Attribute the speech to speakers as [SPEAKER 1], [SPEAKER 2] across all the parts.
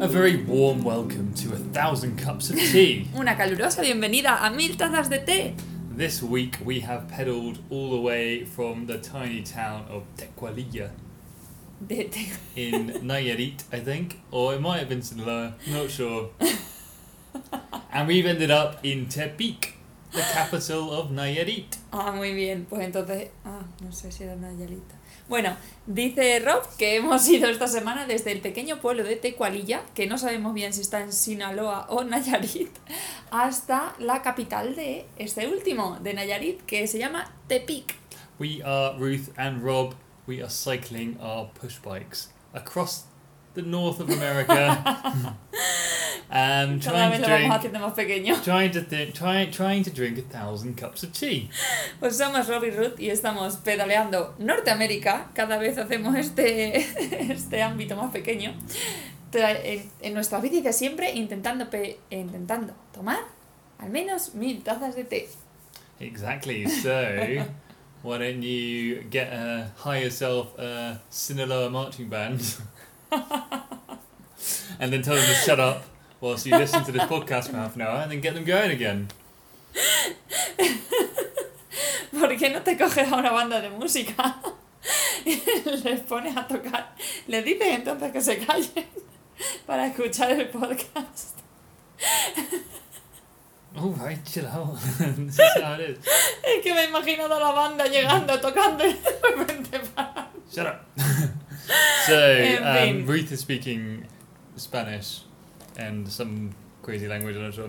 [SPEAKER 1] A very warm welcome to a thousand cups of tea.
[SPEAKER 2] Una calurosa bienvenida a mil tazas de té.
[SPEAKER 1] this week we have pedalled all the way from the tiny town of Tequalilla
[SPEAKER 2] De té.
[SPEAKER 1] in Nayarit, I think, or it might have been Sinaloa, not sure. and we've ended up in Tepic, the capital of Nayarit.
[SPEAKER 2] Ah, muy bien. Pues entonces. Ah, no sé si era Nayalita. Bueno, dice Rob que hemos ido esta semana desde el pequeño pueblo de Tecualilla, que no sabemos bien si está en Sinaloa o Nayarit, hasta la capital de este último, de Nayarit, que se llama Tepic.
[SPEAKER 1] We are Ruth and Rob. We are cycling our push bikes across the north of America. um, trying
[SPEAKER 2] Cada vez
[SPEAKER 1] to
[SPEAKER 2] lo vamos
[SPEAKER 1] drink,
[SPEAKER 2] haciendo más pequeño.
[SPEAKER 1] trying to thi- try, trying to drink a thousand cups of tea.
[SPEAKER 2] Pues somos Rob y Ruth y estamos pedaleando Norteamérica. Cada vez hacemos este, este ámbito más pequeño. Tra- En, en nuestras bicis de siempre intentando, pe- intentando tomar al menos mil tazas de té.
[SPEAKER 1] Exactly. So, why don't you get a hire yourself a Sinaloa marching band, and then tell them to shut up whilst you listen to this podcast for half an hour, and then get them going again.
[SPEAKER 2] ¿Por qué no te coges a una banda de música? Les pones a tocar. Les dices entonces que se callen para escuchar el podcast.
[SPEAKER 1] All right, chill out. this is how it is.
[SPEAKER 2] Es que me he imaginado a la banda llegando, tocando y de repente para.
[SPEAKER 1] Shut up. so,
[SPEAKER 2] Um,
[SPEAKER 1] um,
[SPEAKER 2] babe.
[SPEAKER 1] Ruth is speaking Spanish and some crazy language, I'm not sure.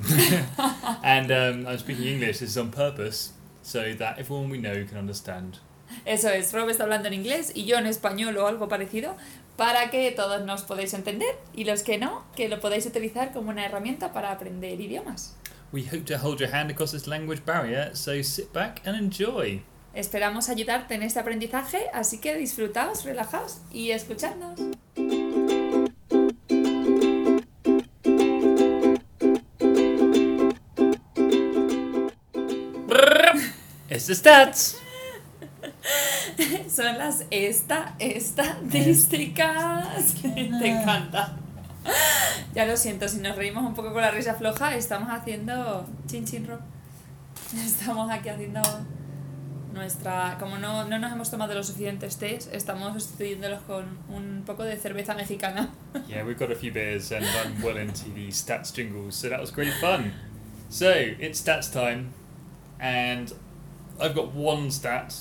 [SPEAKER 1] and um, I'm speaking English, this is on purpose, so that everyone we know can understand.
[SPEAKER 2] Eso es, Rob está hablando en inglés y yo en español o algo parecido para que todos nos podáis entender y los que no, que lo podáis utilizar como una herramienta para aprender idiomas.
[SPEAKER 1] We hope to hold your hand across this language barrier, so sit back and enjoy.
[SPEAKER 2] Esperamos ayudarte en este aprendizaje, así que disfrutaos, relajaos y escuchadnos.
[SPEAKER 1] It's the stats!
[SPEAKER 2] Son las esta, estadísticas. Te encanta. Ya lo siento, si nos reímos un poco con la risa floja, estamos haciendo chin chin rock. Estamos aquí haciendo nuestra... Como no, no nos hemos tomado los suficientes tés, estamos sustituyéndolos con un poco de cerveza mexicana.
[SPEAKER 1] Yeah, we've got a few beers and I'm well into the stats jingles, so that was great fun. So, it's stats time, and I've got one stat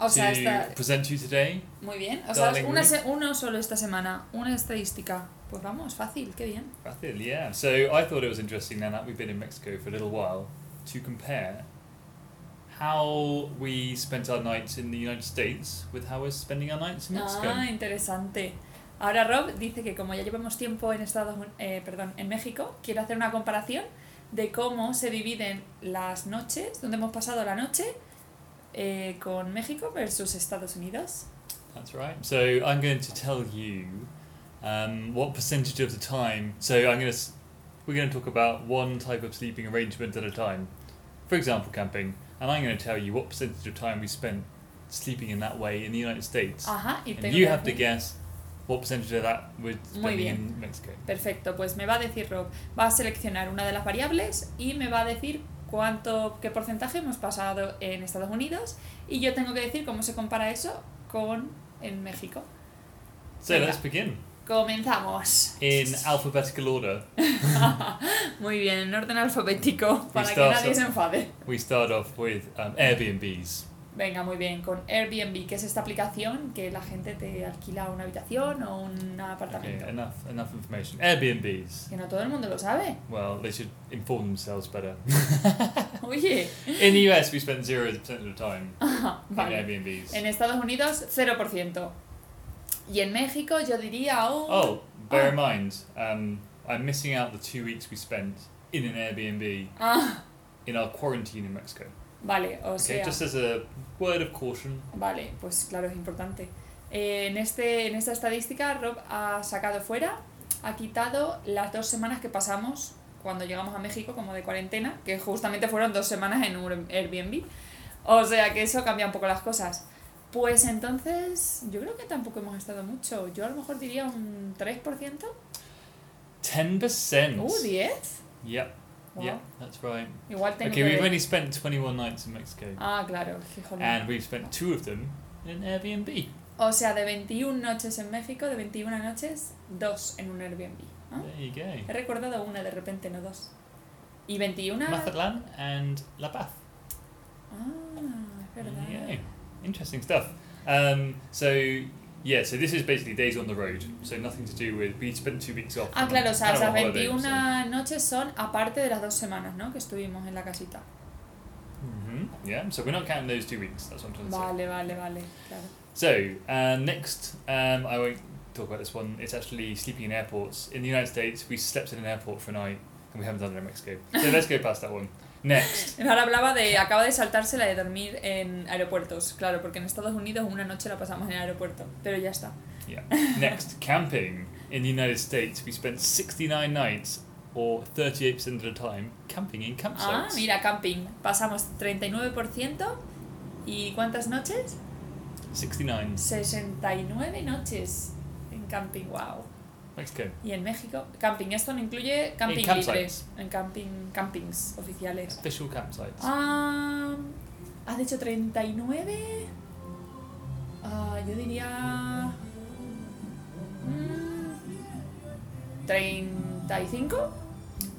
[SPEAKER 2] O sea,
[SPEAKER 1] to
[SPEAKER 2] está...
[SPEAKER 1] present to you today.
[SPEAKER 2] Muy bien. O sea,
[SPEAKER 1] Darling
[SPEAKER 2] una
[SPEAKER 1] Ruth.
[SPEAKER 2] se- uno solo esta semana, una estadística. Pues vamos, fácil, qué bien.
[SPEAKER 1] Rapid, yeah. So I thought it was interesting now that we've been in Mexico for a little while to compare how we spent our nights in the United States with how we're spending our nights in Mexico.
[SPEAKER 2] Ah, interesante. Ahora Rob dice que como ya llevamos tiempo en Estados Uni- eh, perdón, en México, quiere hacer una comparación de cómo se dividen las noches, donde hemos pasado la noche eh, con México versus Estados Unidos.
[SPEAKER 1] That's right. So I'm going to tell you um, what percentage of the time. So I'm going to we're going to talk about one type of sleeping arrangement at a time. For example, camping, and I'm going to tell you what percentage of time we spent sleeping in that way in the United States.
[SPEAKER 2] Ajá, y
[SPEAKER 1] And
[SPEAKER 2] tengo
[SPEAKER 1] you
[SPEAKER 2] que
[SPEAKER 1] have to
[SPEAKER 2] decir-
[SPEAKER 1] guess what percentage of that we're spending
[SPEAKER 2] bien.
[SPEAKER 1] in Mexico.
[SPEAKER 2] Perfecto, pues me va a decir Rob, va a seleccionar una de las variables y me va a decir cuánto, qué porcentaje hemos pasado en Estados Unidos y yo tengo que decir cómo se compara eso con en México.
[SPEAKER 1] So
[SPEAKER 2] Venga.
[SPEAKER 1] let's begin
[SPEAKER 2] Comenzamos.
[SPEAKER 1] in alphabetical order.
[SPEAKER 2] Muy bien, en orden alfabético, para que
[SPEAKER 1] Vistazo.
[SPEAKER 2] nadie se enfade.
[SPEAKER 1] We start off with um, Airbnbs.
[SPEAKER 2] Venga, muy bien, con Airbnb, que es esta aplicación que la gente te alquila una habitación o un
[SPEAKER 1] Okay,
[SPEAKER 2] apartamento.
[SPEAKER 1] enough enough information. Airbnbs.
[SPEAKER 2] Que no todo el mundo lo sabe.
[SPEAKER 1] Well, they should inform themselves better.
[SPEAKER 2] Oye,
[SPEAKER 1] in the US, we spend zero percent of the time in
[SPEAKER 2] vale.
[SPEAKER 1] Airbnbs.
[SPEAKER 2] En Estados Unidos, 0%. Y en México, yo diría un...
[SPEAKER 1] oh, bear in
[SPEAKER 2] Oh.
[SPEAKER 1] mind, um, I'm missing out the two weeks we spent in an Airbnb
[SPEAKER 2] Ah, Oh,
[SPEAKER 1] in our quarantine in Mexico.
[SPEAKER 2] vale, o
[SPEAKER 1] Okay,
[SPEAKER 2] sea...
[SPEAKER 1] just as a word of caution.
[SPEAKER 2] Vale, pues claro, es importante. Eh, en, este, en esta estadística, Rob ha sacado fuera, ha quitado las dos semanas que pasamos cuando llegamos a México como de cuarentena, que justamente fueron dos semanas en un Airbnb. O sea que eso cambia un poco las cosas. Pues entonces, yo creo que tampoco hemos estado mucho. Yo a lo mejor diría un 3%.
[SPEAKER 1] Ten percent.
[SPEAKER 2] Uh, 10.
[SPEAKER 1] Yep.
[SPEAKER 2] Wow.
[SPEAKER 1] Yep. That's right.
[SPEAKER 2] Igual tengo
[SPEAKER 1] Okay,
[SPEAKER 2] que...
[SPEAKER 1] we've only spent twenty-one nights in Mexico,
[SPEAKER 2] Ah, claro, fíjole.
[SPEAKER 1] and we've spent two of them in an Airbnb.
[SPEAKER 2] O sea, de 21 noches en México, de 21 noches, dos en un Airbnb. ¿Ah?
[SPEAKER 1] There you
[SPEAKER 2] He
[SPEAKER 1] go.
[SPEAKER 2] recordado una de repente, no dos. Y 21...
[SPEAKER 1] Mazatlan and La Paz.
[SPEAKER 2] Ah, es
[SPEAKER 1] There
[SPEAKER 2] verdad.
[SPEAKER 1] you go. Interesting stuff. Um, so yeah, so this is basically days on the road. So nothing to do with we spent two weeks off.
[SPEAKER 2] Ah, claro, o sea,
[SPEAKER 1] Kind of
[SPEAKER 2] esas
[SPEAKER 1] a holiday,
[SPEAKER 2] 21 noches son aparte de las dos semanas, ¿no? Que estuvimos en la casita.
[SPEAKER 1] hmm Yeah, so we're not counting those two weeks. That's what I'm trying to say.
[SPEAKER 2] Vale, vale, vale, claro.
[SPEAKER 1] So, uh, next, um, I won't talk about this one. It's actually sleeping in airports. In the United States, we slept in an airport for a night, and we haven't done it in Mexico. So let's go past that one. Next.
[SPEAKER 2] Ahora hablaba de, acaba de saltarse la de dormir en aeropuertos, claro, porque en Estados Unidos una noche la pasamos en el aeropuerto, pero ya está.
[SPEAKER 1] Yeah. Next, camping. In the United States, we spent 69 nights, or 38% of the time, camping in campsites.
[SPEAKER 2] Ah, mira, camping. Pasamos 39% y ¿cuántas noches?
[SPEAKER 1] 69.
[SPEAKER 2] 69 noches en camping, wow.
[SPEAKER 1] Mexico.
[SPEAKER 2] Y en México, camping, esto no incluye camping
[SPEAKER 1] En
[SPEAKER 2] libres,
[SPEAKER 1] campsites.
[SPEAKER 2] en camping, campings oficiales.
[SPEAKER 1] Official campsites.
[SPEAKER 2] Ah, ¿Has dicho 39? Ah, yo diría... mm, ¿35?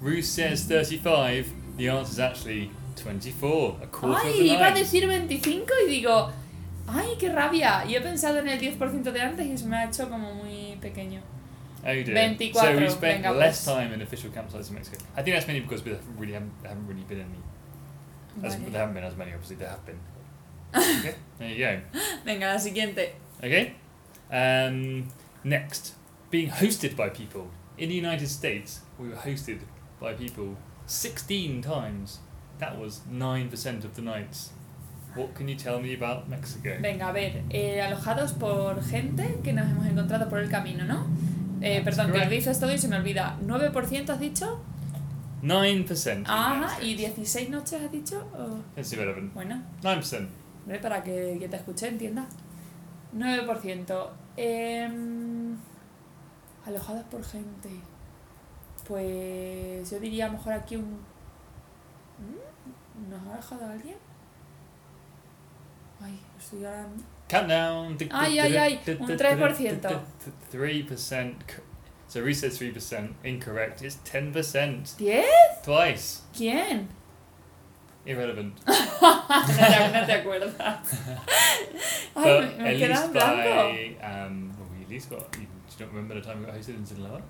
[SPEAKER 1] Ruth says 35. The answer is actually 24. A quarter of
[SPEAKER 2] Ay,
[SPEAKER 1] the
[SPEAKER 2] iba a
[SPEAKER 1] night.
[SPEAKER 2] decir 25 y digo, ay, qué rabia. Y he pensado en el 10% de antes y se me ha hecho como muy pequeño.
[SPEAKER 1] Oh dear.
[SPEAKER 2] 24,
[SPEAKER 1] So we spent
[SPEAKER 2] venga,
[SPEAKER 1] less
[SPEAKER 2] pues.
[SPEAKER 1] time in official campsites in Mexico. I think that's mainly because we haven't really haven't, haven't really been any. As,
[SPEAKER 2] Vale.
[SPEAKER 1] There haven't been as many, obviously. There have been. okay. There you go.
[SPEAKER 2] Venga, la siguiente.
[SPEAKER 1] Okay. Um, next, being hosted by people in the United States, we were hosted by people sixteen times. That was nine percent of the nights. What can you tell me about Mexico?
[SPEAKER 2] Venga, a ver, eh, alojados por gente que nos hemos encontrado por el camino, ¿no? Eh, perdón, que lo
[SPEAKER 1] Correct.
[SPEAKER 2] dices todo y se me olvida. ¿9% has dicho?
[SPEAKER 1] Nine percent.
[SPEAKER 2] Ajá, ¿y 16 noches has dicho? Oh,
[SPEAKER 1] It's irrelevant.
[SPEAKER 2] bueno,
[SPEAKER 1] Nine percent.
[SPEAKER 2] hombre, para que, que te escuche, entienda. 9%. Em, alojados por gente. Pues yo diría a lo mejor aquí un... ¿Mm? ¿Nos ha alojado alguien? Ay, estoy ahora...
[SPEAKER 1] Countdown. Tick,
[SPEAKER 2] Ay,
[SPEAKER 1] tick,
[SPEAKER 2] ay,
[SPEAKER 1] tick,
[SPEAKER 2] ay,
[SPEAKER 1] tick,
[SPEAKER 2] un
[SPEAKER 1] tick,
[SPEAKER 2] 3%.
[SPEAKER 1] tick, tick, tick, Three percent. So Reese says three percent incorrect. It's ten percent
[SPEAKER 2] ¿10?
[SPEAKER 1] twice.
[SPEAKER 2] ¿Quién?
[SPEAKER 1] Irrelevant.
[SPEAKER 2] no, te, no te acuerdas. Ay,
[SPEAKER 1] But
[SPEAKER 2] me, me
[SPEAKER 1] at
[SPEAKER 2] quedaba en
[SPEAKER 1] least
[SPEAKER 2] blanco.
[SPEAKER 1] by um, well, we at least got. You, do you not remember the time we got hosted in Sinaloa?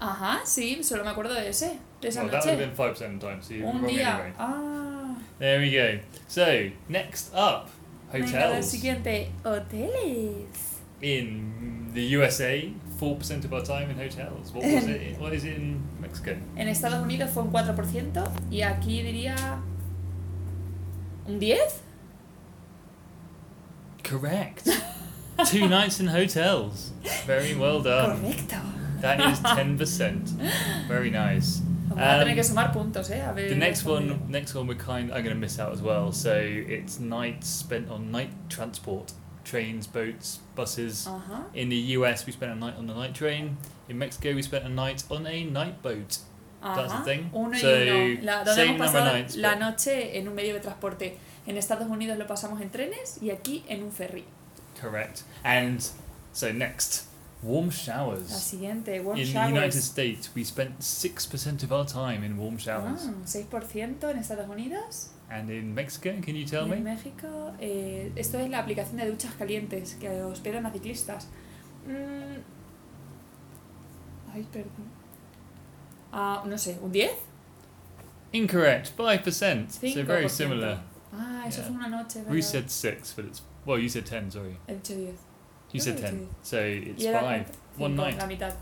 [SPEAKER 2] Ajá, sí, solo me acuerdo de ese, de esa
[SPEAKER 1] well, that would
[SPEAKER 2] noche.
[SPEAKER 1] have been five percent of the time. So you're
[SPEAKER 2] Un
[SPEAKER 1] wrong
[SPEAKER 2] día.
[SPEAKER 1] anyway.
[SPEAKER 2] Ah,
[SPEAKER 1] There we go. So next up,
[SPEAKER 2] venga, el
[SPEAKER 1] hotels
[SPEAKER 2] siguiente, hoteles.
[SPEAKER 1] in the USA. Four percent of our time in hotels. What was it? What is it in Mexico?
[SPEAKER 2] En Estados Unidos fue un 4% y aquí diría un 10.
[SPEAKER 1] Correct. Two nights in hotels. Very well done.
[SPEAKER 2] Correcto.
[SPEAKER 1] That is ten percent. Very nice.
[SPEAKER 2] Vamos a tener
[SPEAKER 1] Um,
[SPEAKER 2] que sumar puntos, eh, a ver.
[SPEAKER 1] The next
[SPEAKER 2] respondido.
[SPEAKER 1] one, next one, we're kind. I'm going to miss out as well. So it's nights spent on night transport, trains, boats, buses.
[SPEAKER 2] Ajá.
[SPEAKER 1] In the US, we spent a night on the night train. In Mexico, we spent a night on a night boat. That's the
[SPEAKER 2] Ajá.
[SPEAKER 1] thing.
[SPEAKER 2] Uh-huh. Uno
[SPEAKER 1] So,
[SPEAKER 2] y uno. La, donde
[SPEAKER 1] same
[SPEAKER 2] hemos
[SPEAKER 1] number
[SPEAKER 2] pasado
[SPEAKER 1] nights,
[SPEAKER 2] la
[SPEAKER 1] but-
[SPEAKER 2] noche en un medio de transporte. En Estados Unidos lo pasamos en trenes y aquí en un ferry.
[SPEAKER 1] Correct. And so next, warm
[SPEAKER 2] La
[SPEAKER 1] showers.
[SPEAKER 2] siguiente, warm
[SPEAKER 1] in the United
[SPEAKER 2] showers.
[SPEAKER 1] States, we spent six percent of our time in warm
[SPEAKER 2] Ah,
[SPEAKER 1] showers.
[SPEAKER 2] 6% en Estados Unidos.
[SPEAKER 1] And in Mexico, can you tell
[SPEAKER 2] y en
[SPEAKER 1] me?
[SPEAKER 2] México. eh, esto es la aplicación de duchas calientes que hospedan a ciclistas. Mm. Ay, perdón. Ah, no sé, ¿un 10?
[SPEAKER 1] Incorrect. Five percent. So very
[SPEAKER 2] 5%.
[SPEAKER 1] similar.
[SPEAKER 2] Ah, eso
[SPEAKER 1] Yeah.
[SPEAKER 2] fue una noche.
[SPEAKER 1] We
[SPEAKER 2] ¿verdad?
[SPEAKER 1] said six, but it's well. You said ten. Sorry,
[SPEAKER 2] He dicho 10.
[SPEAKER 1] you said
[SPEAKER 2] No,
[SPEAKER 1] ten.
[SPEAKER 2] it's-
[SPEAKER 1] So it's
[SPEAKER 2] Y era
[SPEAKER 1] five.
[SPEAKER 2] cuánto?
[SPEAKER 1] One
[SPEAKER 2] Cinco,
[SPEAKER 1] night.
[SPEAKER 2] La mitad.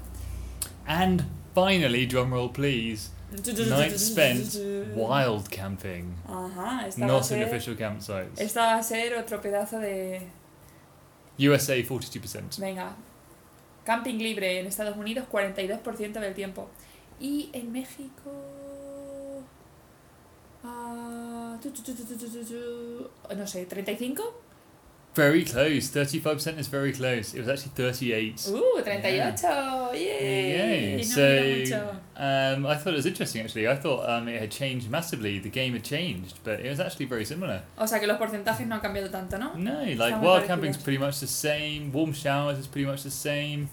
[SPEAKER 1] And finally, drum roll, please. Night spent wild camping,
[SPEAKER 2] Ajá, esta va, a
[SPEAKER 1] not in
[SPEAKER 2] ser,
[SPEAKER 1] official campsites.
[SPEAKER 2] esta va a ser otro pedazo de...
[SPEAKER 1] USA forty-two percent.
[SPEAKER 2] Venga. Camping libre en Estados Unidos 42% del tiempo. Y en México... ah, tu, tu, tu, tu, tu, tu, tu, tu, no sé, 35?
[SPEAKER 1] Very close. 35% is very close. It was actually 38.
[SPEAKER 2] ¡Uh! 38. ¡Yay!
[SPEAKER 1] Yay.
[SPEAKER 2] No
[SPEAKER 1] so
[SPEAKER 2] mira mucho.
[SPEAKER 1] um, I thought it was interesting actually. I thought um, it had changed massively. The game had changed, but it was actually very similar.
[SPEAKER 2] O sea que los porcentajes no han cambiado tanto, ¿no?
[SPEAKER 1] No, like
[SPEAKER 2] Oh, Sounds
[SPEAKER 1] wild
[SPEAKER 2] like
[SPEAKER 1] camping's
[SPEAKER 2] it.
[SPEAKER 1] pretty much the same. Warm showers is pretty much the same.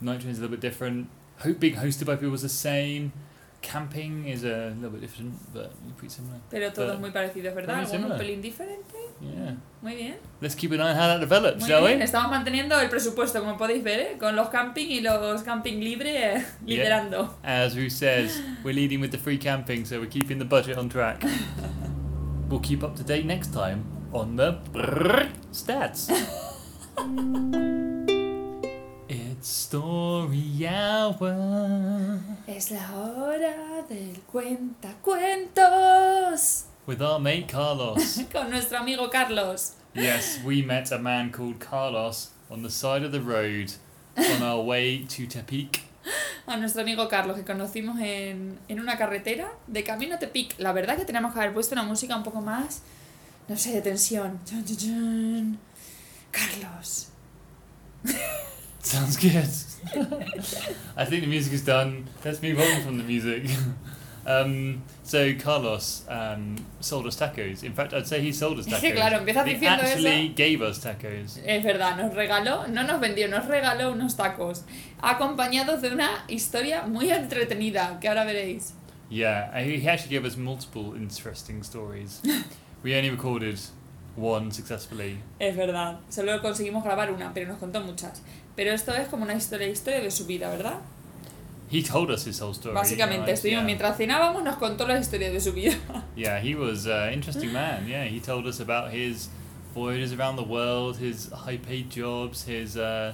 [SPEAKER 1] Night train's a little bit different. Ho- being hosted by people is the same. Camping is a little bit different, but pretty similar.
[SPEAKER 2] Pero todos
[SPEAKER 1] Pero-
[SPEAKER 2] muy parecidos, ¿verdad?
[SPEAKER 1] muy
[SPEAKER 2] Algunos un
[SPEAKER 1] similar.
[SPEAKER 2] pelín diferente.
[SPEAKER 1] Yeah.
[SPEAKER 2] Muy bien.
[SPEAKER 1] Let's keep an eye on how that develops,
[SPEAKER 2] Muy
[SPEAKER 1] shall
[SPEAKER 2] bien.
[SPEAKER 1] we?
[SPEAKER 2] Estamos manteniendo el presupuesto, como podéis ver, ¿eh? con los camping y los camping libre eh,
[SPEAKER 1] Yeah.
[SPEAKER 2] liderando.
[SPEAKER 1] As Ru says, we're leading with the free camping, so we're keeping the budget on track. we'll keep up to date next time on the stats. it's story hour
[SPEAKER 2] Es la hora del cuenta cuentos
[SPEAKER 1] with our mate Carlos.
[SPEAKER 2] con nuestro amigo Carlos.
[SPEAKER 1] yes, we met a man called Carlos on the side of the road on our way to Tepic.
[SPEAKER 2] A nuestro amigo Carlos que conocimos en, en una carretera de camino a Tepic. La verdad que tenemos que haber puesto una música un poco más, no sé, de tensión. Chun, chun, chun. Carlos.
[SPEAKER 1] Sounds good. I think the music is done. Let's move on from the music. Um, so Carlos um, sold us tacos. In fact, I'd say he sold us
[SPEAKER 2] Es
[SPEAKER 1] tacos.
[SPEAKER 2] que claro, empiezas
[SPEAKER 1] he
[SPEAKER 2] diciendo eso.
[SPEAKER 1] actually gave us tacos.
[SPEAKER 2] Es verdad, nos regaló, no nos vendió, nos regaló unos tacos, acompañados de una historia muy entretenida, que ahora veréis.
[SPEAKER 1] Yeah, and he actually gave us multiple interesting stories. we only recorded one successfully.
[SPEAKER 2] Es verdad, solo conseguimos grabar una, pero nos contó muchas. Pero esto es como una historia, historia de su vida, ¿verdad?
[SPEAKER 1] He told us his whole story.
[SPEAKER 2] Básicamente,
[SPEAKER 1] right?
[SPEAKER 2] estuvimos
[SPEAKER 1] yeah.
[SPEAKER 2] mientras cenábamos, nos contó la historia de su vida.
[SPEAKER 1] Yeah, he was an interesting man. Yeah, he told us about his voyages around the world, his high-paid jobs, his uh,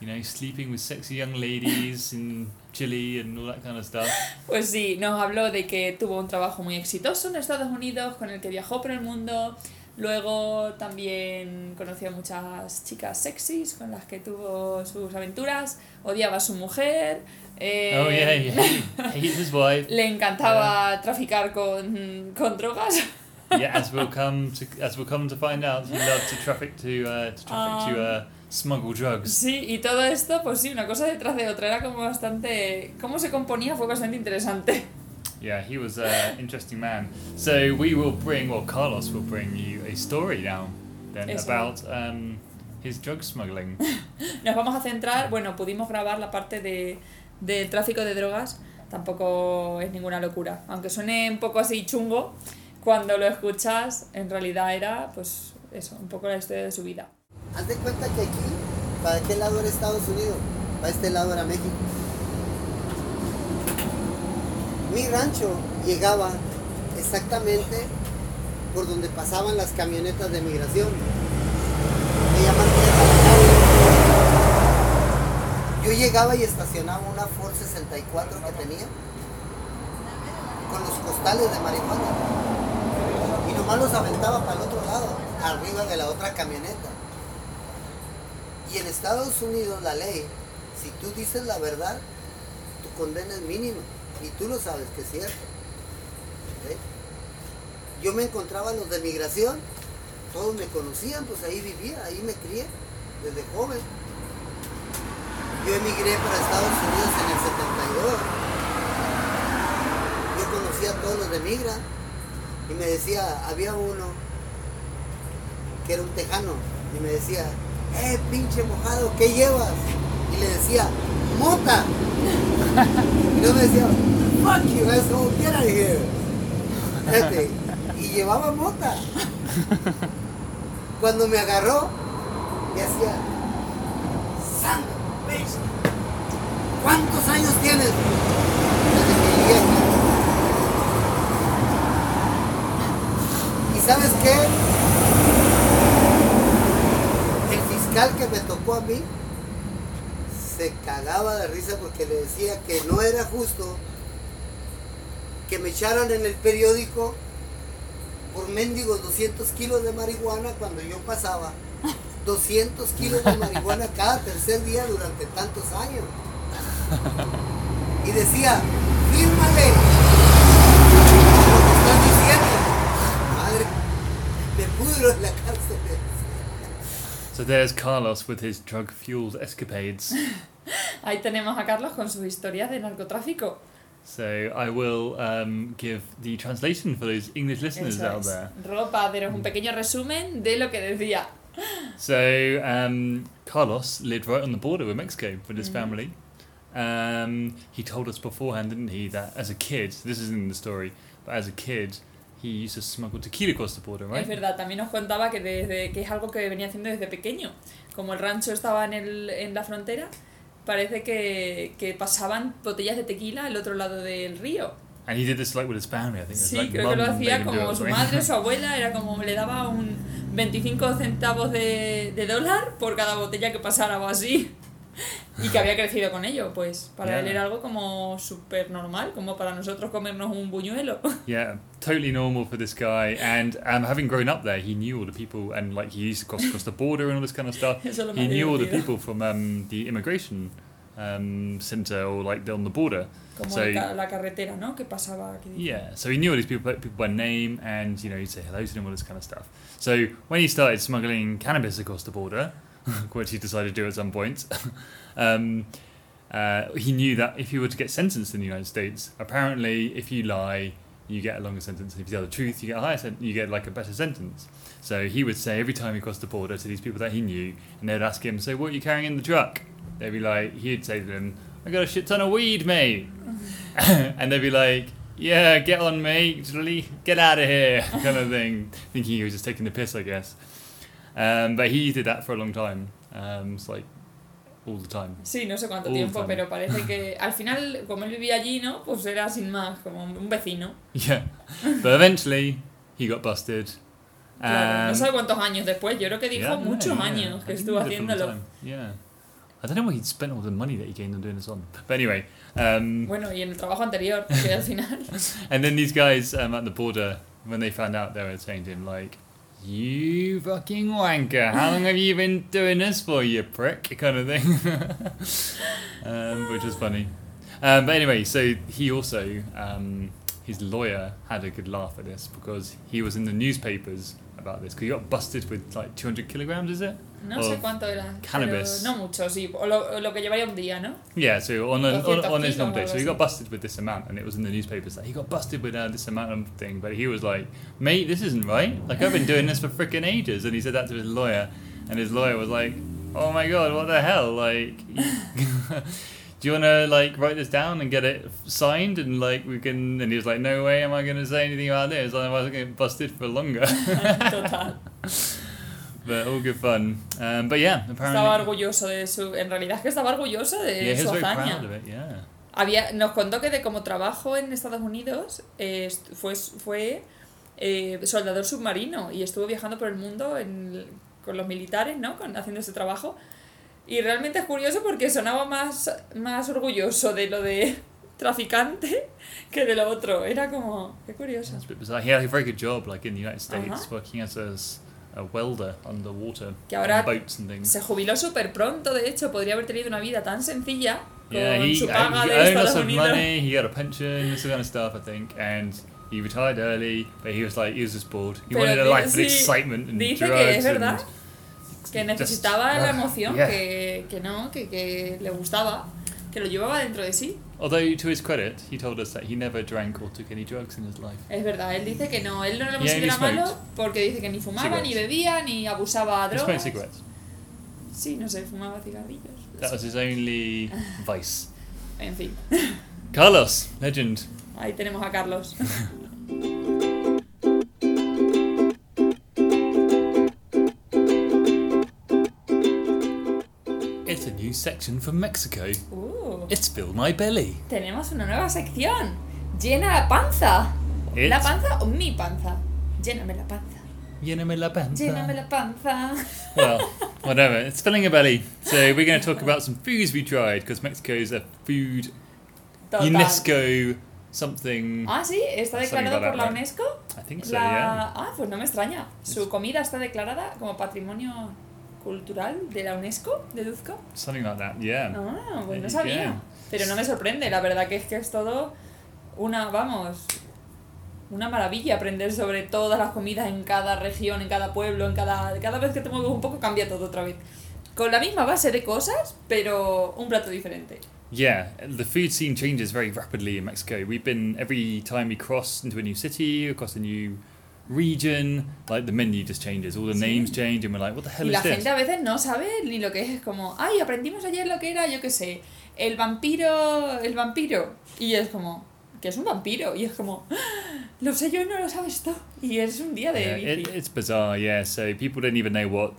[SPEAKER 1] you know sleeping with sexy young ladies in Chile and all that kind of stuff.
[SPEAKER 2] Pues sí, nos habló de que tuvo un trabajo muy exitoso en Estados Unidos, con el que viajó por el mundo. Luego también conoció a muchas chicas sexys con las que tuvo sus aventuras. Odiaba a su mujer. eh,
[SPEAKER 1] oh yeah, Ah. he hate- hates his wife.
[SPEAKER 2] Le encantaba traficar con, con drogas.
[SPEAKER 1] Yeah, as we'll come to as we'll come to find out, he loved to traffic to uh, to traffic to uh, smuggle drugs.
[SPEAKER 2] Sí, y todo esto, pues sí, una cosa detrás de otra. Era como bastante. Cómo se componía fue bastante interesante.
[SPEAKER 1] Yeah, he was an interesting man. So we will bring, well, Carlos will bring you a story now then
[SPEAKER 2] Eso.
[SPEAKER 1] about um, his drug smuggling.
[SPEAKER 2] Nos vamos a centrar, bueno, pudimos grabar la parte de, de tráfico de drogas, tampoco es ninguna locura. Aunque suene un poco así chungo, cuando lo escuchas, en realidad era, pues, eso, un poco la historia de su vida.
[SPEAKER 3] Haz de cuenta que aquí, para aquel lado era Estados Unidos, para este lado era México. Mi rancho llegaba exactamente por donde pasaban las camionetas de migración. Me llaman Tierra del Cabo. Yo llegaba y estacionaba una Ford 64 que tenía con los costales de marihuana y nomás los aventaba para el otro lado, arriba de la otra camioneta. Y en Estados Unidos la ley, si tú dices la verdad, tu condena es mínima. Y tú lo sabes que es cierto. ¿ok? Yo me encontraba en los de migración, todos me conocían, pues ahí vivía, ahí me crié, desde joven. Yo emigré para Estados Unidos en el 72. Yo conocía a todos los de migra y me decía, había uno que era un tejano y me decía, eh, pinche mojado, ¿qué llevas? Y le decía, mota. Y luego me decía, fuck you, asshole, get out of here. Fíjate, y llevaba mota. Cuando me agarró, me hacía, santo, bitch, ¿cuántos años tienes? Desde que llegué aquí. ¿Y sabes qué? El fiscal que me tocó a mí se cagaba de risa porque le decía que no era justo que me echaran en el periódico por mendigos 200 kilos de marihuana cuando yo pasaba 200 kilos de marihuana cada tercer día durante tantos años. Y decía, fírmale lo que estás diciendo. Madre, me pudro en la cárcel.
[SPEAKER 1] So there's Carlos with his drug fueled escapades.
[SPEAKER 2] Ahí tenemos a Carlos con sus historias de narcotráfico.
[SPEAKER 1] so I will um, give the translation for those English listeners
[SPEAKER 2] Eso
[SPEAKER 1] out
[SPEAKER 2] es.
[SPEAKER 1] there. Mm.
[SPEAKER 2] Rob va a haceros un pequeño resumen de lo que decía.
[SPEAKER 1] So um, Carlos lived right on the border with Mexico with his
[SPEAKER 2] Mhm.
[SPEAKER 1] family. Um, he told us beforehand, didn't he, that as a kid, this isn't in the story, but as a kid, he used to smuggle tequila across the border, right?
[SPEAKER 2] Es verdad, también nos contaba que, desde, que es algo que venía haciendo desde pequeño. Como el rancho estaba en, el, en la frontera, parece que, que pasaban botellas de tequila al otro lado del río.
[SPEAKER 1] And he did this like with his family, I think. It's
[SPEAKER 2] Sí,
[SPEAKER 1] like
[SPEAKER 2] creo que lo
[SPEAKER 1] mum made
[SPEAKER 2] hacía
[SPEAKER 1] him do
[SPEAKER 2] como
[SPEAKER 1] it,
[SPEAKER 2] su
[SPEAKER 1] right?
[SPEAKER 2] madre o su abuela, era como le daba un 25 centavos de, de dólar por cada botella que pasara o así. Y que había crecido con ello, pues para
[SPEAKER 1] Ya.
[SPEAKER 2] él era algo como súper normal, como para nosotros comernos un buñuelo.
[SPEAKER 1] Yeah, totally normal for this guy. And um, having grown up there, he knew all the people, and like he used to cross across the border and all this kind of stuff.
[SPEAKER 2] Eso es lo
[SPEAKER 1] He
[SPEAKER 2] más
[SPEAKER 1] knew all the
[SPEAKER 2] divertido.
[SPEAKER 1] people from um, the immigration um, center or like on the border.
[SPEAKER 2] Como
[SPEAKER 1] So-
[SPEAKER 2] la, ca- la carretera, ¿no? Que pasaba aquí.
[SPEAKER 1] Yeah, so he knew all these people, people by name, and you know he'd say hello to them, all this kind of stuff. So when he started smuggling cannabis across the border, which he decided to do at some point, um, uh, he knew that if he were to get sentenced in the United States, apparently if you lie, you get a longer sentence. If you tell the truth, you get a higher sen- you get like a better sentence. So he would say every time he crossed the border to these people that he knew, and they'd ask him, "So what are you carrying in the truck?" They'd be like, he'd say to them, "I got a shit ton of weed, mate," and they'd be like. Yeah, get on, mate. Really, get out of here, kind of thing. Thinking he was just taking the piss, I guess. Um, but he did that for a long time. Um, it's like all the time.
[SPEAKER 2] Sí, no sé cuánto
[SPEAKER 1] Un
[SPEAKER 2] tiempo,
[SPEAKER 1] fan.
[SPEAKER 2] pero parece que al final, como él vivía allí, ¿no? Pues era sin más, como un vecino.
[SPEAKER 1] Yeah, but eventually he got busted.
[SPEAKER 2] Claro, no
[SPEAKER 1] Um,
[SPEAKER 2] sé cuántos años después, yo creo que dijo
[SPEAKER 1] yeah, I don't know,
[SPEAKER 2] muchos
[SPEAKER 1] yeah.
[SPEAKER 2] años
[SPEAKER 1] I
[SPEAKER 2] que
[SPEAKER 1] think
[SPEAKER 2] estuvo
[SPEAKER 1] he did for a long
[SPEAKER 2] haciéndolo.
[SPEAKER 1] time, Yeah, I don't know where he'd spent all the money that he gained on doing this on. But anyway, um,
[SPEAKER 2] Bueno, y en el trabajo anterior, que al final.
[SPEAKER 1] and then these guys um, at the border, when they found out, they were saying to him like. You fucking wanker! How long have you been doing this for, you prick? Kind of thing, um, which was funny. Um, but anyway, so he also um, his lawyer had a good laugh at this because he was in the newspapers about this because he got busted with like 200 kilograms, is it?
[SPEAKER 2] No sé
[SPEAKER 1] Of
[SPEAKER 2] cuánto era.
[SPEAKER 1] cannabis.
[SPEAKER 2] pero No mucho, sí. O lo, o lo que llevaría un día, ¿no?
[SPEAKER 1] Yeah, so on, a, on,
[SPEAKER 2] 200
[SPEAKER 1] on his
[SPEAKER 2] kilos
[SPEAKER 1] hump day,
[SPEAKER 2] or
[SPEAKER 1] so he
[SPEAKER 2] something.
[SPEAKER 1] got busted with this amount, and it was in the newspapers that he got busted with uh, this amount of thing. But he was like, "Mate, this isn't right. Like I've been doing this for freaking ages." And he said that to his lawyer, and his lawyer was like, "Oh my god, what the hell? Like, do you want to like write this down and get it signed and like we can?" And he was like, "No way, am I going to say anything about this? Otherwise, I get busted for longer."
[SPEAKER 2] Total.
[SPEAKER 1] but all good fun. Um, but yeah,
[SPEAKER 2] Estaba
[SPEAKER 1] apparently,
[SPEAKER 2] orgulloso de su. En realidad es que estaba orgulloso de
[SPEAKER 1] yeah, he
[SPEAKER 2] su
[SPEAKER 1] was very proud
[SPEAKER 2] hazaña.
[SPEAKER 1] of it. Yeah.
[SPEAKER 2] Había, nos contó que de como trabajo en Estados Unidos eh, est- fue, fue eh, soldador submarino y estuvo viajando por el mundo en- con los militares, ¿no? Con, haciendo ese trabajo. Y realmente es curioso porque sonaba más, más orgulloso de lo de traficante que de lo otro. Era como, qué curioso.
[SPEAKER 1] That's a bit bizarre. He had a very good job, like in the United States,
[SPEAKER 2] Uh-huh.
[SPEAKER 1] working as a, s- a welder underwater
[SPEAKER 2] Que ahora
[SPEAKER 1] on boats and things.
[SPEAKER 2] Se jubiló súper pronto, de hecho, podría haber tenido una vida tan sencilla con
[SPEAKER 1] Yeah, he,
[SPEAKER 2] su
[SPEAKER 1] uh,
[SPEAKER 2] paga
[SPEAKER 1] he
[SPEAKER 2] de
[SPEAKER 1] earned lots
[SPEAKER 2] Estados
[SPEAKER 1] of
[SPEAKER 2] Unidos.
[SPEAKER 1] money. He got a pension, this kind of stuff, I think, and he retired early. But he was like, he was just bored. He
[SPEAKER 2] Pero
[SPEAKER 1] wanted a
[SPEAKER 2] di-
[SPEAKER 1] life of
[SPEAKER 2] sí,
[SPEAKER 1] excitement and
[SPEAKER 2] dice que
[SPEAKER 1] drugs
[SPEAKER 2] es verdad
[SPEAKER 1] and
[SPEAKER 2] que
[SPEAKER 1] just-
[SPEAKER 2] necesitaba la
[SPEAKER 1] ugh,
[SPEAKER 2] emoción
[SPEAKER 1] yeah.
[SPEAKER 2] que, que no, que, que le gustaba, que lo llevaba dentro de sí.
[SPEAKER 1] Although, to his credit, he told us that he never drank or took any drugs in his life.
[SPEAKER 2] Es verdad, él dice que no, él no lo
[SPEAKER 1] Yeah, he
[SPEAKER 2] considera malo
[SPEAKER 1] smoked.
[SPEAKER 2] porque dice que ni fumaba, ni
[SPEAKER 1] Cigarettes.
[SPEAKER 2] bebía, ni abusaba de
[SPEAKER 1] He smoked
[SPEAKER 2] drogas.
[SPEAKER 1] cigarettes.
[SPEAKER 2] Sí, no sé, fumaba cigarrillos.
[SPEAKER 1] That was his only vice.
[SPEAKER 2] En fin,
[SPEAKER 1] Carlos, legend.
[SPEAKER 2] ahí tenemos a Carlos.
[SPEAKER 1] It's a new section from Mexico.
[SPEAKER 2] Uh,
[SPEAKER 1] It's Fill My Belly.
[SPEAKER 2] tenemos una nueva sección, llena la panza. ¿La
[SPEAKER 1] It's
[SPEAKER 2] panza o mi panza? Lléname la panza.
[SPEAKER 1] Lléname la panza.
[SPEAKER 2] Lléname la panza.
[SPEAKER 1] Well, whatever. It's filling a belly. So we're going to talk about some foods we tried because Mexico is a food
[SPEAKER 2] Total.
[SPEAKER 1] UNESCO something.
[SPEAKER 2] Ah, sí, está
[SPEAKER 1] Something
[SPEAKER 2] declarado
[SPEAKER 1] about
[SPEAKER 2] por la
[SPEAKER 1] that, right?
[SPEAKER 2] UNESCO.
[SPEAKER 1] I think so.
[SPEAKER 2] La-
[SPEAKER 1] Yeah.
[SPEAKER 2] Ah, pues no me extraña. Su comida está declarada como patrimonio cultural de la UNESCO, deduzco.
[SPEAKER 1] Something like that. Yeah.
[SPEAKER 2] Ah, pues no
[SPEAKER 1] There you
[SPEAKER 2] sabía.
[SPEAKER 1] go.
[SPEAKER 2] Pero no me sorprende, la verdad que es que es todo una, vamos, una maravilla aprender sobre todas las comidas en cada región, en cada pueblo, en cada, cada vez que te mueves un poco cambia todo otra vez. Con la misma base de cosas, pero un plato diferente.
[SPEAKER 1] Yeah, the food scene changes very rapidly in Mexico. We've been every time we cross into a new city, across a new region, like the menu just changes, all the names change, and we're like, what the hell
[SPEAKER 2] Y la
[SPEAKER 1] is this?
[SPEAKER 2] gente a veces no sabe ni lo que es, es como, ay, aprendimos ayer lo que era, yo qué sé, el vampiro, el vampiro. Y es como, que es un vampiro. Y es como, "Ah, lo sé yo y no lo sabes tú. Y es un día de
[SPEAKER 1] Yeah,
[SPEAKER 2] bici.
[SPEAKER 1] it, it's bizarre, yeah. So people don't even know what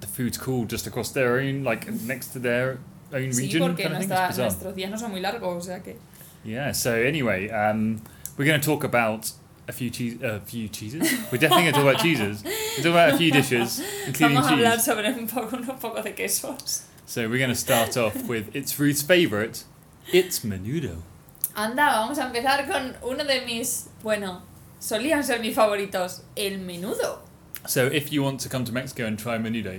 [SPEAKER 1] the food's called just across their own, like next to their own
[SPEAKER 2] Sí,
[SPEAKER 1] region.
[SPEAKER 2] porque
[SPEAKER 1] Kind of thing.
[SPEAKER 2] nuestra-
[SPEAKER 1] It's bizarre.
[SPEAKER 2] nuestros días no son muy largos, o sea que...
[SPEAKER 1] Yeah. So anyway, um, we're going to talk about a few cheese, a few cheeses. We're definitely going to talk about cheeses. We're talking about a few dishes, including
[SPEAKER 2] Vamos a hablar
[SPEAKER 1] cheese.
[SPEAKER 2] sobre un poco, unos pocos de quesos.
[SPEAKER 1] So we're going to start off with it's Ruth's favorite. It's menudo.
[SPEAKER 2] Anda, vamos a empezar con uno de mis, bueno, solían ser mis favoritos, el menudo.
[SPEAKER 1] So if you want to come to Mexico and try menudo,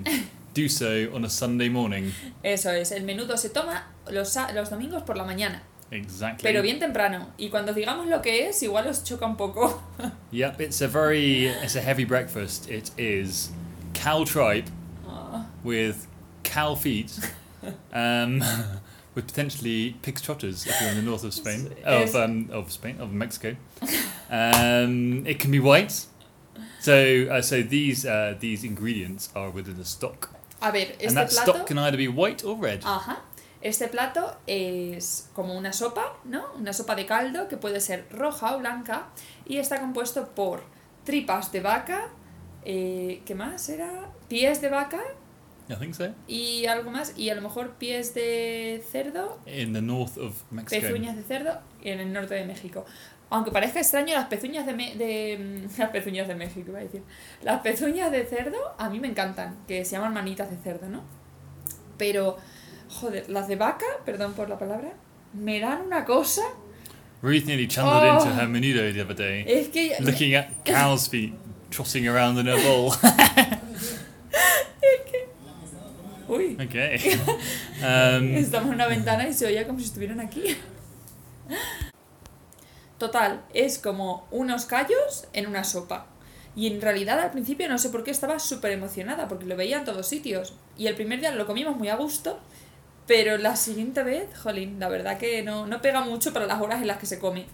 [SPEAKER 1] do so on a Sunday morning.
[SPEAKER 2] Eso es, el menudo se toma los, sa- los domingos por la mañana,
[SPEAKER 1] Exactly.
[SPEAKER 2] pero bien temprano. Y cuando os digamos lo que es, igual os choca un poco.
[SPEAKER 1] Yep, it's a very it's a heavy breakfast. It is cow tripe
[SPEAKER 2] Ah,
[SPEAKER 1] with cow feet, um, with potentially pig's trotters if you're in the north of Spain
[SPEAKER 2] Yes.
[SPEAKER 1] of um, of Spain of Mexico. Um, it can be white. So uh, so these uh, these ingredients are within the stock,
[SPEAKER 2] A ver,
[SPEAKER 1] and
[SPEAKER 2] este
[SPEAKER 1] that
[SPEAKER 2] plato...
[SPEAKER 1] stock can either be white or red.
[SPEAKER 2] Ajá. Este plato es como una sopa, ¿no? Una sopa de caldo que puede ser roja o blanca y está compuesto por tripas de vaca, eh, ¿qué más era? Pies de vaca
[SPEAKER 1] I think so.
[SPEAKER 2] y algo más, y a lo mejor pies de cerdo,
[SPEAKER 1] In the north of Mexico.
[SPEAKER 2] pezuñas de cerdo en el norte de México. Aunque parezca extraño, las pezuñas de, Me- de- mm, las pezuñas de México, iba a decir. Las pezuñas de cerdo a mí me encantan, que se llaman manitas de cerdo, ¿no? Pero, joder, las de vaca, perdón por la palabra, me dan una cosa.
[SPEAKER 1] Ruth nearly channeled into
[SPEAKER 2] Oh.
[SPEAKER 1] her menudo the other day.
[SPEAKER 2] Es que
[SPEAKER 1] looking at cow's feet trotting around in a bowl.
[SPEAKER 2] uy,
[SPEAKER 1] okay. Um,
[SPEAKER 2] estamos en una ventana y se oía como si estuvieran aquí. Total, es como unos callos en una sopa. Y en realidad al principio no sé por qué estaba súper emocionada, porque lo veía en todos sitios. Y el primer día lo comimos muy a gusto, pero la siguiente vez, jolín, la verdad que no, no pega mucho para las horas en las que se come.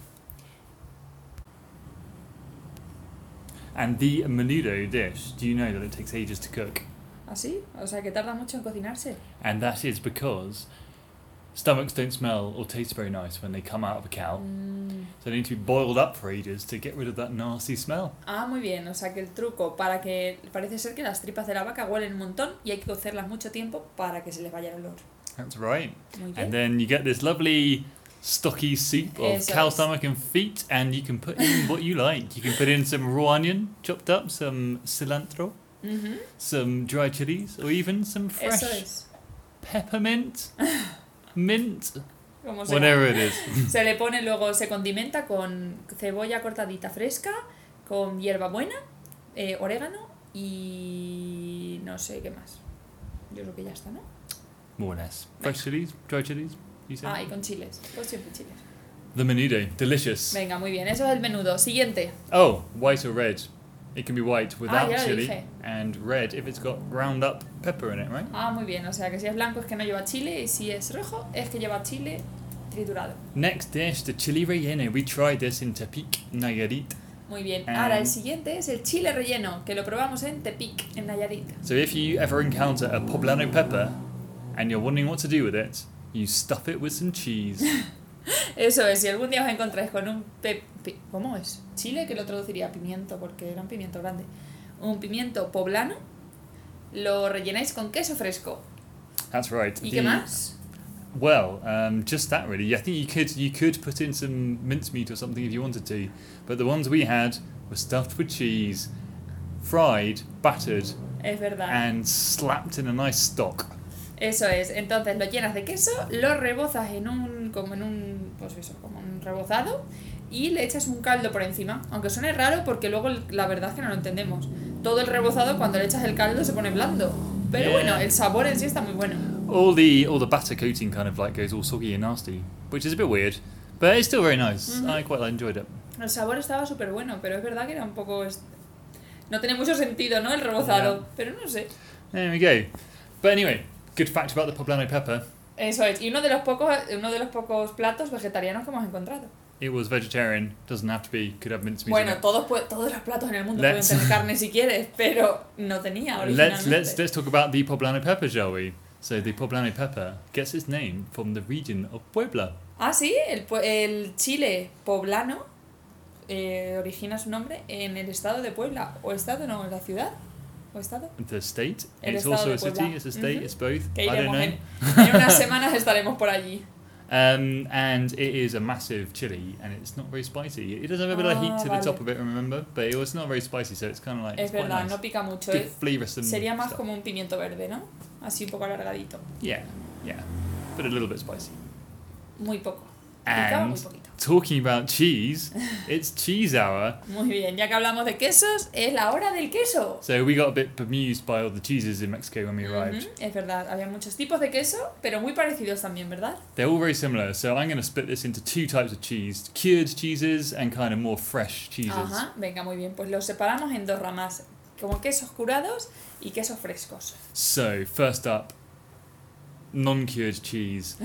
[SPEAKER 1] and the menudo dish, do you know that it takes ages to cook?
[SPEAKER 2] ¿Así? ¿Ah, O sea que tarda mucho en cocinarse.
[SPEAKER 1] And that is because stomachs don't smell or taste very nice when they come out of a cow.
[SPEAKER 2] Mm.
[SPEAKER 1] So they need to be boiled up for ages to get rid of that nasty smell.
[SPEAKER 2] Ah, muy bien, o sea que el truco para que... Parece ser que las tripas de la vaca huelen un montón y hay que cocerlas mucho tiempo para que se les vaya el olor.
[SPEAKER 1] That's right.
[SPEAKER 2] Muy
[SPEAKER 1] And
[SPEAKER 2] bien.
[SPEAKER 1] then you get this lovely stocky soup of
[SPEAKER 2] Yes,
[SPEAKER 1] cow
[SPEAKER 2] yes.
[SPEAKER 1] stomach and feet and you can put in what you like. You can put in some raw onion chopped up, some cilantro,
[SPEAKER 2] Ujú,
[SPEAKER 1] some dried chilies or even some fresh
[SPEAKER 2] Eso es.
[SPEAKER 1] peppermint, mint,
[SPEAKER 2] Como se,
[SPEAKER 1] whatever it is.
[SPEAKER 2] se le pone luego, se condimenta con cebolla cortadita fresca, con hierbabuena, eh, orégano y... no sé qué más. Yo creo que ya está, ¿no?
[SPEAKER 1] More or less. Fresh chilies, dry chilies, you say?
[SPEAKER 2] Ah, y con chiles. Pues siempre chiles.
[SPEAKER 1] The menudo, delicious.
[SPEAKER 2] Venga, muy bien, eso es el menudo. Siguiente.
[SPEAKER 1] Oh, white or red. It can be white without
[SPEAKER 2] yeah, lo
[SPEAKER 1] chili
[SPEAKER 2] dije.
[SPEAKER 1] and red if it's got ground up pepper in it, right?
[SPEAKER 2] Ah, muy bien, o sea que si es blanco es que no lleva chile y si es rojo es que lleva chile triturado.
[SPEAKER 1] Next dish, the chili relleno. We tried this in Tepic, Nayarit.
[SPEAKER 2] Muy bien.
[SPEAKER 1] Ah.
[SPEAKER 2] Ahora el siguiente es el chile relleno, que lo probamos en Tepic, en Nayarit.
[SPEAKER 1] So if you ever encounter a poblano pepper and you're wondering what to do with it, you stuff it with some cheese.
[SPEAKER 2] Eso es, si algún día os encontráis con un pe- pi- ¿Cómo es? Chile, que lo traduciría pimiento, porque era un pimiento grande. Un pimiento poblano, lo rellenáis con queso fresco.
[SPEAKER 1] That's right.
[SPEAKER 2] ¿Y
[SPEAKER 1] the-
[SPEAKER 2] qué más?
[SPEAKER 1] Well, um, just that really. I think you could you could put in some mincemeat or something if you wanted to, but the ones we had were stuffed with cheese, fried, battered,
[SPEAKER 2] Es verdad.
[SPEAKER 1] and slapped in a nice stock.
[SPEAKER 2] Eso es, entonces lo llenas de queso, lo rebozas en un, como en un, pues eso, como un rebozado y le echas un caldo por encima, aunque suene raro porque luego el- la verdad es que no lo entendemos. Todo el rebozado cuando le echas el caldo se pone blando, pero
[SPEAKER 1] Yeah.
[SPEAKER 2] bueno, el sabor en sí está muy bueno.
[SPEAKER 1] All the all the batter coating kind of like goes all soggy and nasty, which is a bit weird, but it's still very nice.
[SPEAKER 2] Mhm.
[SPEAKER 1] I quite enjoyed it.
[SPEAKER 2] El sabor estaba súper bueno, pero es verdad que era un poco... est- No tenía mucho sentido, ¿no? El rebozado.
[SPEAKER 1] Ya.
[SPEAKER 2] Pero no sé.
[SPEAKER 1] There we go. But anyway, good fact about the poblano pepper.
[SPEAKER 2] Eso es. Y uno de los pocos, uno de los pocos platos vegetarianos que hemos encontrado.
[SPEAKER 1] It was vegetarian. Doesn't have to be. Could have mincemeat. in
[SPEAKER 2] Bueno,
[SPEAKER 1] it.
[SPEAKER 2] todos, pue- todos los platos en el mundo
[SPEAKER 1] Let's-
[SPEAKER 2] pueden tener carne si quieres, pero no tenía
[SPEAKER 1] Let's
[SPEAKER 2] originalmente.
[SPEAKER 1] let's let's talk about the poblano pepper, shall we? So the poblano pepper gets its name from the region of Puebla.
[SPEAKER 2] Ah, sí, el, pue- el chile poblano eh, origina su nombre en el estado de Puebla. O estado, no, en la ciudad. O estado.
[SPEAKER 1] The state.
[SPEAKER 2] El
[SPEAKER 1] it's
[SPEAKER 2] estado
[SPEAKER 1] also
[SPEAKER 2] de
[SPEAKER 1] a city.
[SPEAKER 2] Puebla.
[SPEAKER 1] It's a state.
[SPEAKER 2] Mhm.
[SPEAKER 1] It's both.
[SPEAKER 2] Que
[SPEAKER 1] I don't
[SPEAKER 2] iremos
[SPEAKER 1] know.
[SPEAKER 2] en, en unas semanas estaremos por allí.
[SPEAKER 1] Um, and it is a massive chili, and it's not very spicy. It does have a bit of heat
[SPEAKER 2] Ah,
[SPEAKER 1] to
[SPEAKER 2] vale.
[SPEAKER 1] the top of it, remember? But it was not very spicy, so it's kind of like
[SPEAKER 2] Es
[SPEAKER 1] it's quite
[SPEAKER 2] verdad,
[SPEAKER 1] nice.
[SPEAKER 2] no pica mucho.
[SPEAKER 1] Good
[SPEAKER 2] eh.
[SPEAKER 1] flavoursome
[SPEAKER 2] Sería más
[SPEAKER 1] stuff.
[SPEAKER 2] como un pimiento verde, ¿no? Así un poco alargadito.
[SPEAKER 1] Yeah, yeah, but a little bit spicy.
[SPEAKER 2] Muy poco. Picaba muy
[SPEAKER 1] And
[SPEAKER 2] poquito.
[SPEAKER 1] talking about cheese, it's cheese hour.
[SPEAKER 2] Muy bien, ya que hablamos de quesos, es la hora del queso.
[SPEAKER 1] So we got a bit bemused by all the cheeses in Mexico when we arrived.
[SPEAKER 2] Ujú, Es verdad, había muchos tipos de queso, pero muy parecidos también, ¿verdad?
[SPEAKER 1] They're all very similar, so I'm going to split this into two types of cheese: cured cheeses and kind of more fresh cheeses.
[SPEAKER 2] Ajá, venga, muy bien. Pues los separamos en dos ramas, como quesos curados y quesos frescos.
[SPEAKER 1] So, first up, non cured cheese,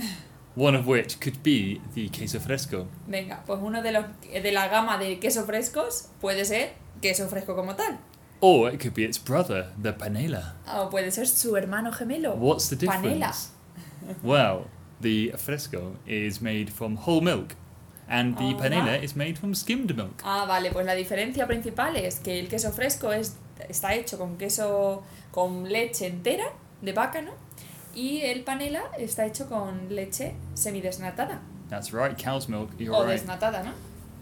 [SPEAKER 1] one of which could be the queso fresco.
[SPEAKER 2] Venga, pues uno de los de la gama de quesos frescos puede ser queso fresco como tal,
[SPEAKER 1] Or it could be its brother, the panela.
[SPEAKER 2] o puede ser su hermano gemelo.
[SPEAKER 1] What's the difference?
[SPEAKER 2] Panela.
[SPEAKER 1] well, the fresco is made from whole milk, and the
[SPEAKER 2] Ah.
[SPEAKER 1] panela is made from skimmed milk.
[SPEAKER 2] Ah, vale, pues la diferencia principal es que el queso fresco es, está hecho con queso con leche entera de vaca, ¿no? Y el panela está hecho con leche semidesnatada
[SPEAKER 1] That's right, cow's milk. You're
[SPEAKER 2] o
[SPEAKER 1] right.
[SPEAKER 2] desnatada, ¿no?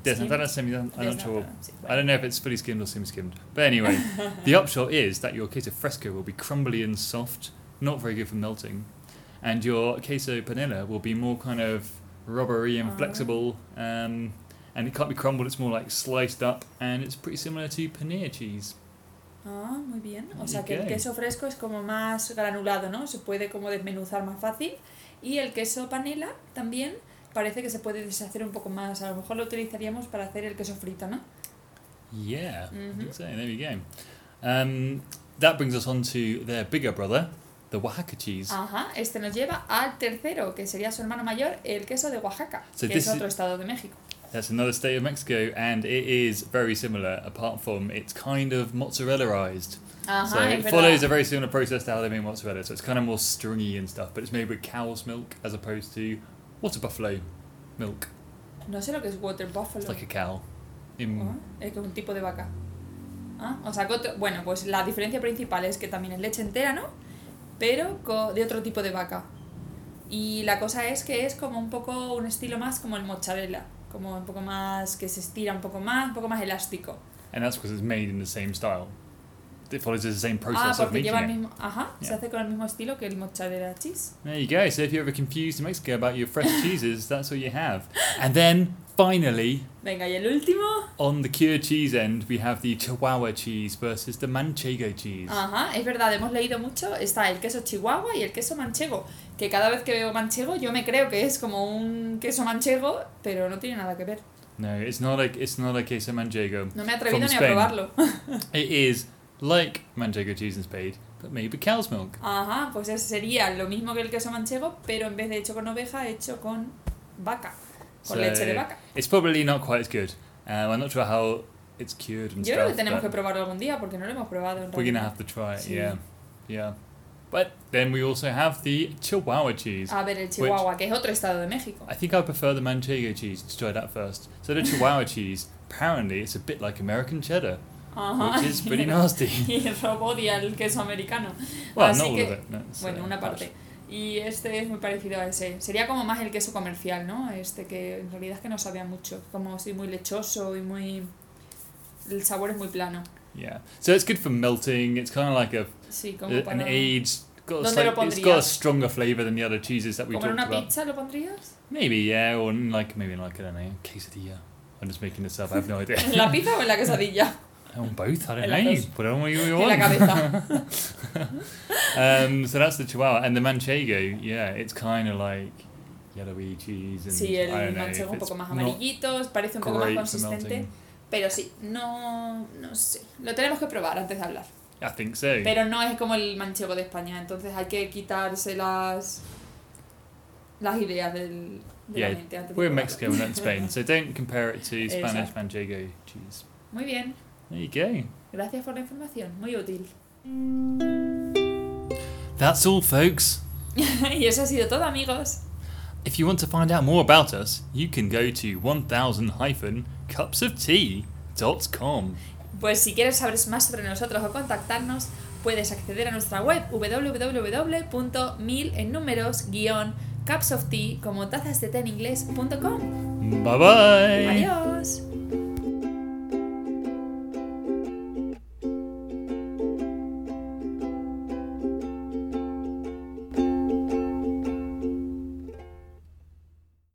[SPEAKER 1] Desnatada,
[SPEAKER 2] Skimmed.
[SPEAKER 1] semi. I'm not sure.
[SPEAKER 2] Desnatada, sí,
[SPEAKER 1] I
[SPEAKER 2] bueno.
[SPEAKER 1] don't know if it's fully skimmed or semi skimmed. But anyway, the upshot is that your queso fresco will be crumbly and soft, not very good for melting, and your queso panela will be more kind of rubbery and
[SPEAKER 2] Ah.
[SPEAKER 1] flexible, um, and it can't be crumbled, it's more like sliced up, and it's pretty similar to paneer cheese.
[SPEAKER 2] Ah, muy bien. O
[SPEAKER 1] Ahí
[SPEAKER 2] sea que el
[SPEAKER 1] queda.
[SPEAKER 2] queso fresco es como más granulado, ¿no? Se puede como desmenuzar más fácil. Y el queso panela también parece que se puede deshacer un poco más. A lo mejor lo utilizaríamos para hacer el queso frito, ¿no?
[SPEAKER 1] Yeah, I
[SPEAKER 2] Mhm.
[SPEAKER 1] think so. There you go. Um, that brings us on to their bigger brother, the Oaxaca cheese.
[SPEAKER 2] Ajá. Este nos lleva al tercero, que sería su hermano mayor, el queso de Oaxaca,
[SPEAKER 1] So
[SPEAKER 2] que
[SPEAKER 1] this
[SPEAKER 2] es otro
[SPEAKER 1] is-
[SPEAKER 2] estado de México.
[SPEAKER 1] That's another state of Mexico, and it is very similar, apart from it's kind of mozzarellaized.
[SPEAKER 2] Ajá,
[SPEAKER 1] so
[SPEAKER 2] es
[SPEAKER 1] it
[SPEAKER 2] verdad.
[SPEAKER 1] follows a very similar process to how they make mozzarella. So it's kind of more stringy and stuff, but it's made with cow's milk as opposed to water buffalo milk.
[SPEAKER 2] No sé lo que es water buffalo.
[SPEAKER 1] It's like a cow. In,
[SPEAKER 2] Ah, Es que es un tipo de vaca. Ah, o sea, que otro- bueno, pues la diferencia principal es que también es leche entera, ¿no? Pero co- de otro tipo de vaca. Y la cosa es que es como un poco un estilo más como el mozzarella, como un poco más que se estira un poco más, un poco más elástico.
[SPEAKER 1] And that's because it's made in the same style. It follows the same
[SPEAKER 2] ah,
[SPEAKER 1] process of
[SPEAKER 2] porque
[SPEAKER 1] making
[SPEAKER 2] lleva el
[SPEAKER 1] it.
[SPEAKER 2] mismo, ajá, se
[SPEAKER 1] Yeah.
[SPEAKER 2] hace con el mismo estilo que el mozzarella cheese.
[SPEAKER 1] There you go. So if you're ever confused in Mexico about your fresh cheeses, that's what you have. And then finally,
[SPEAKER 2] Venga, y el último,
[SPEAKER 1] on the cured cheese end, we have the Chihuahua cheese versus the Manchego cheese.
[SPEAKER 2] ajá, es verdad, hemos leído mucho, está el queso chihuahua y el queso manchego, que cada vez que veo manchego yo me creo que es como un queso manchego, pero no tiene nada que ver.
[SPEAKER 1] No, it's not like it's not a queso manchego.
[SPEAKER 2] No me he atrevido
[SPEAKER 1] From
[SPEAKER 2] ni a
[SPEAKER 1] Spain.
[SPEAKER 2] probarlo.
[SPEAKER 1] It is like manchego cheese in Spade, but made with cow's milk.
[SPEAKER 2] Ajá, pues ese sería lo mismo que el queso manchego, pero en vez de hecho con oveja, hecho con vaca,
[SPEAKER 1] So,
[SPEAKER 2] con leche de vaca.
[SPEAKER 1] It's probably not quite as good. Um, I'm not sure how it's cured and
[SPEAKER 2] Yo
[SPEAKER 1] stuff.
[SPEAKER 2] creo que tenemos que
[SPEAKER 1] but
[SPEAKER 2] probarlo algún día porque no lo hemos probado. En
[SPEAKER 1] we're gonna
[SPEAKER 2] realidad.
[SPEAKER 1] have to try it.
[SPEAKER 2] Sí.
[SPEAKER 1] Yeah, yeah. But then we also have the Chihuahua cheese.
[SPEAKER 2] A ver, el Chihuahua, que es otro estado de México.
[SPEAKER 1] I think I prefer the Manchego cheese to try that first. So the Chihuahua cheese, apparently, it's a bit like American cheddar,
[SPEAKER 2] Ajá.
[SPEAKER 1] which is pretty nasty.
[SPEAKER 2] y Rob odia el queso americano.
[SPEAKER 1] Well,
[SPEAKER 2] Así
[SPEAKER 1] not all
[SPEAKER 2] que-
[SPEAKER 1] of it. No, it's,
[SPEAKER 2] Bueno,
[SPEAKER 1] uh,
[SPEAKER 2] una
[SPEAKER 1] part.
[SPEAKER 2] parte. Y este es muy parecido a ese. Sería como más el queso comercial, ¿no? Este que en realidad es que no sabía mucho. Como así muy lechoso y muy... El sabor es muy plano.
[SPEAKER 1] Yeah. So it's good for melting. It's kind of like a
[SPEAKER 2] Sí, como
[SPEAKER 1] a-
[SPEAKER 2] para...
[SPEAKER 1] an aged. Got a
[SPEAKER 2] ¿Dónde lo
[SPEAKER 1] slight- it's got a
[SPEAKER 2] pondrías?
[SPEAKER 1] stronger flavour than the other cheeses that we
[SPEAKER 2] ¿Como en
[SPEAKER 1] talked
[SPEAKER 2] una
[SPEAKER 1] about.
[SPEAKER 2] pizza lo pondrías?
[SPEAKER 1] Maybe yeah, or in like maybe in like I don't know quesadilla. I'm just making this up. I have no idea.
[SPEAKER 2] ¿En la pizza o en la quesadilla?
[SPEAKER 1] On both, I
[SPEAKER 2] En
[SPEAKER 1] don't
[SPEAKER 2] la
[SPEAKER 1] know.
[SPEAKER 2] dos.
[SPEAKER 1] Put on what you
[SPEAKER 2] En la
[SPEAKER 1] want.
[SPEAKER 2] cabeza.
[SPEAKER 1] Um, so that's the Chihuahua and the Manchego. Yeah, it's kind of like yellowy cheese and
[SPEAKER 2] Sí, el
[SPEAKER 1] I don't know
[SPEAKER 2] manchego
[SPEAKER 1] if
[SPEAKER 2] un
[SPEAKER 1] it's
[SPEAKER 2] poco más
[SPEAKER 1] not
[SPEAKER 2] amarillito, parece un poco más
[SPEAKER 1] great for
[SPEAKER 2] consistente.
[SPEAKER 1] melting.
[SPEAKER 2] Pero sí, no, no sé. Lo tenemos que probar antes de hablar.
[SPEAKER 1] I think so.
[SPEAKER 2] Pero no es como el manchego de España, entonces hay que quitarse las, las ideas del, de la
[SPEAKER 1] Yeah,
[SPEAKER 2] mente antes de
[SPEAKER 1] We're in
[SPEAKER 2] probarlo.
[SPEAKER 1] Mexico, we're not in Spain, so don't compare it to Spanish manchego cheese.
[SPEAKER 2] Muy bien,
[SPEAKER 1] There you go.
[SPEAKER 2] gracias por la información, muy útil.
[SPEAKER 1] That's all, folks.
[SPEAKER 2] y eso ha sido todo, amigos.
[SPEAKER 1] If you want to find out more about us, you can go to 1000-cupsoftea.com.
[SPEAKER 2] Pues si quieres saber más sobre nosotros o contactarnos, puedes acceder a nuestra web www.mil en números guión cups of tea como tazas de té en inglés punto com.
[SPEAKER 1] Bye bye.
[SPEAKER 2] Adiós.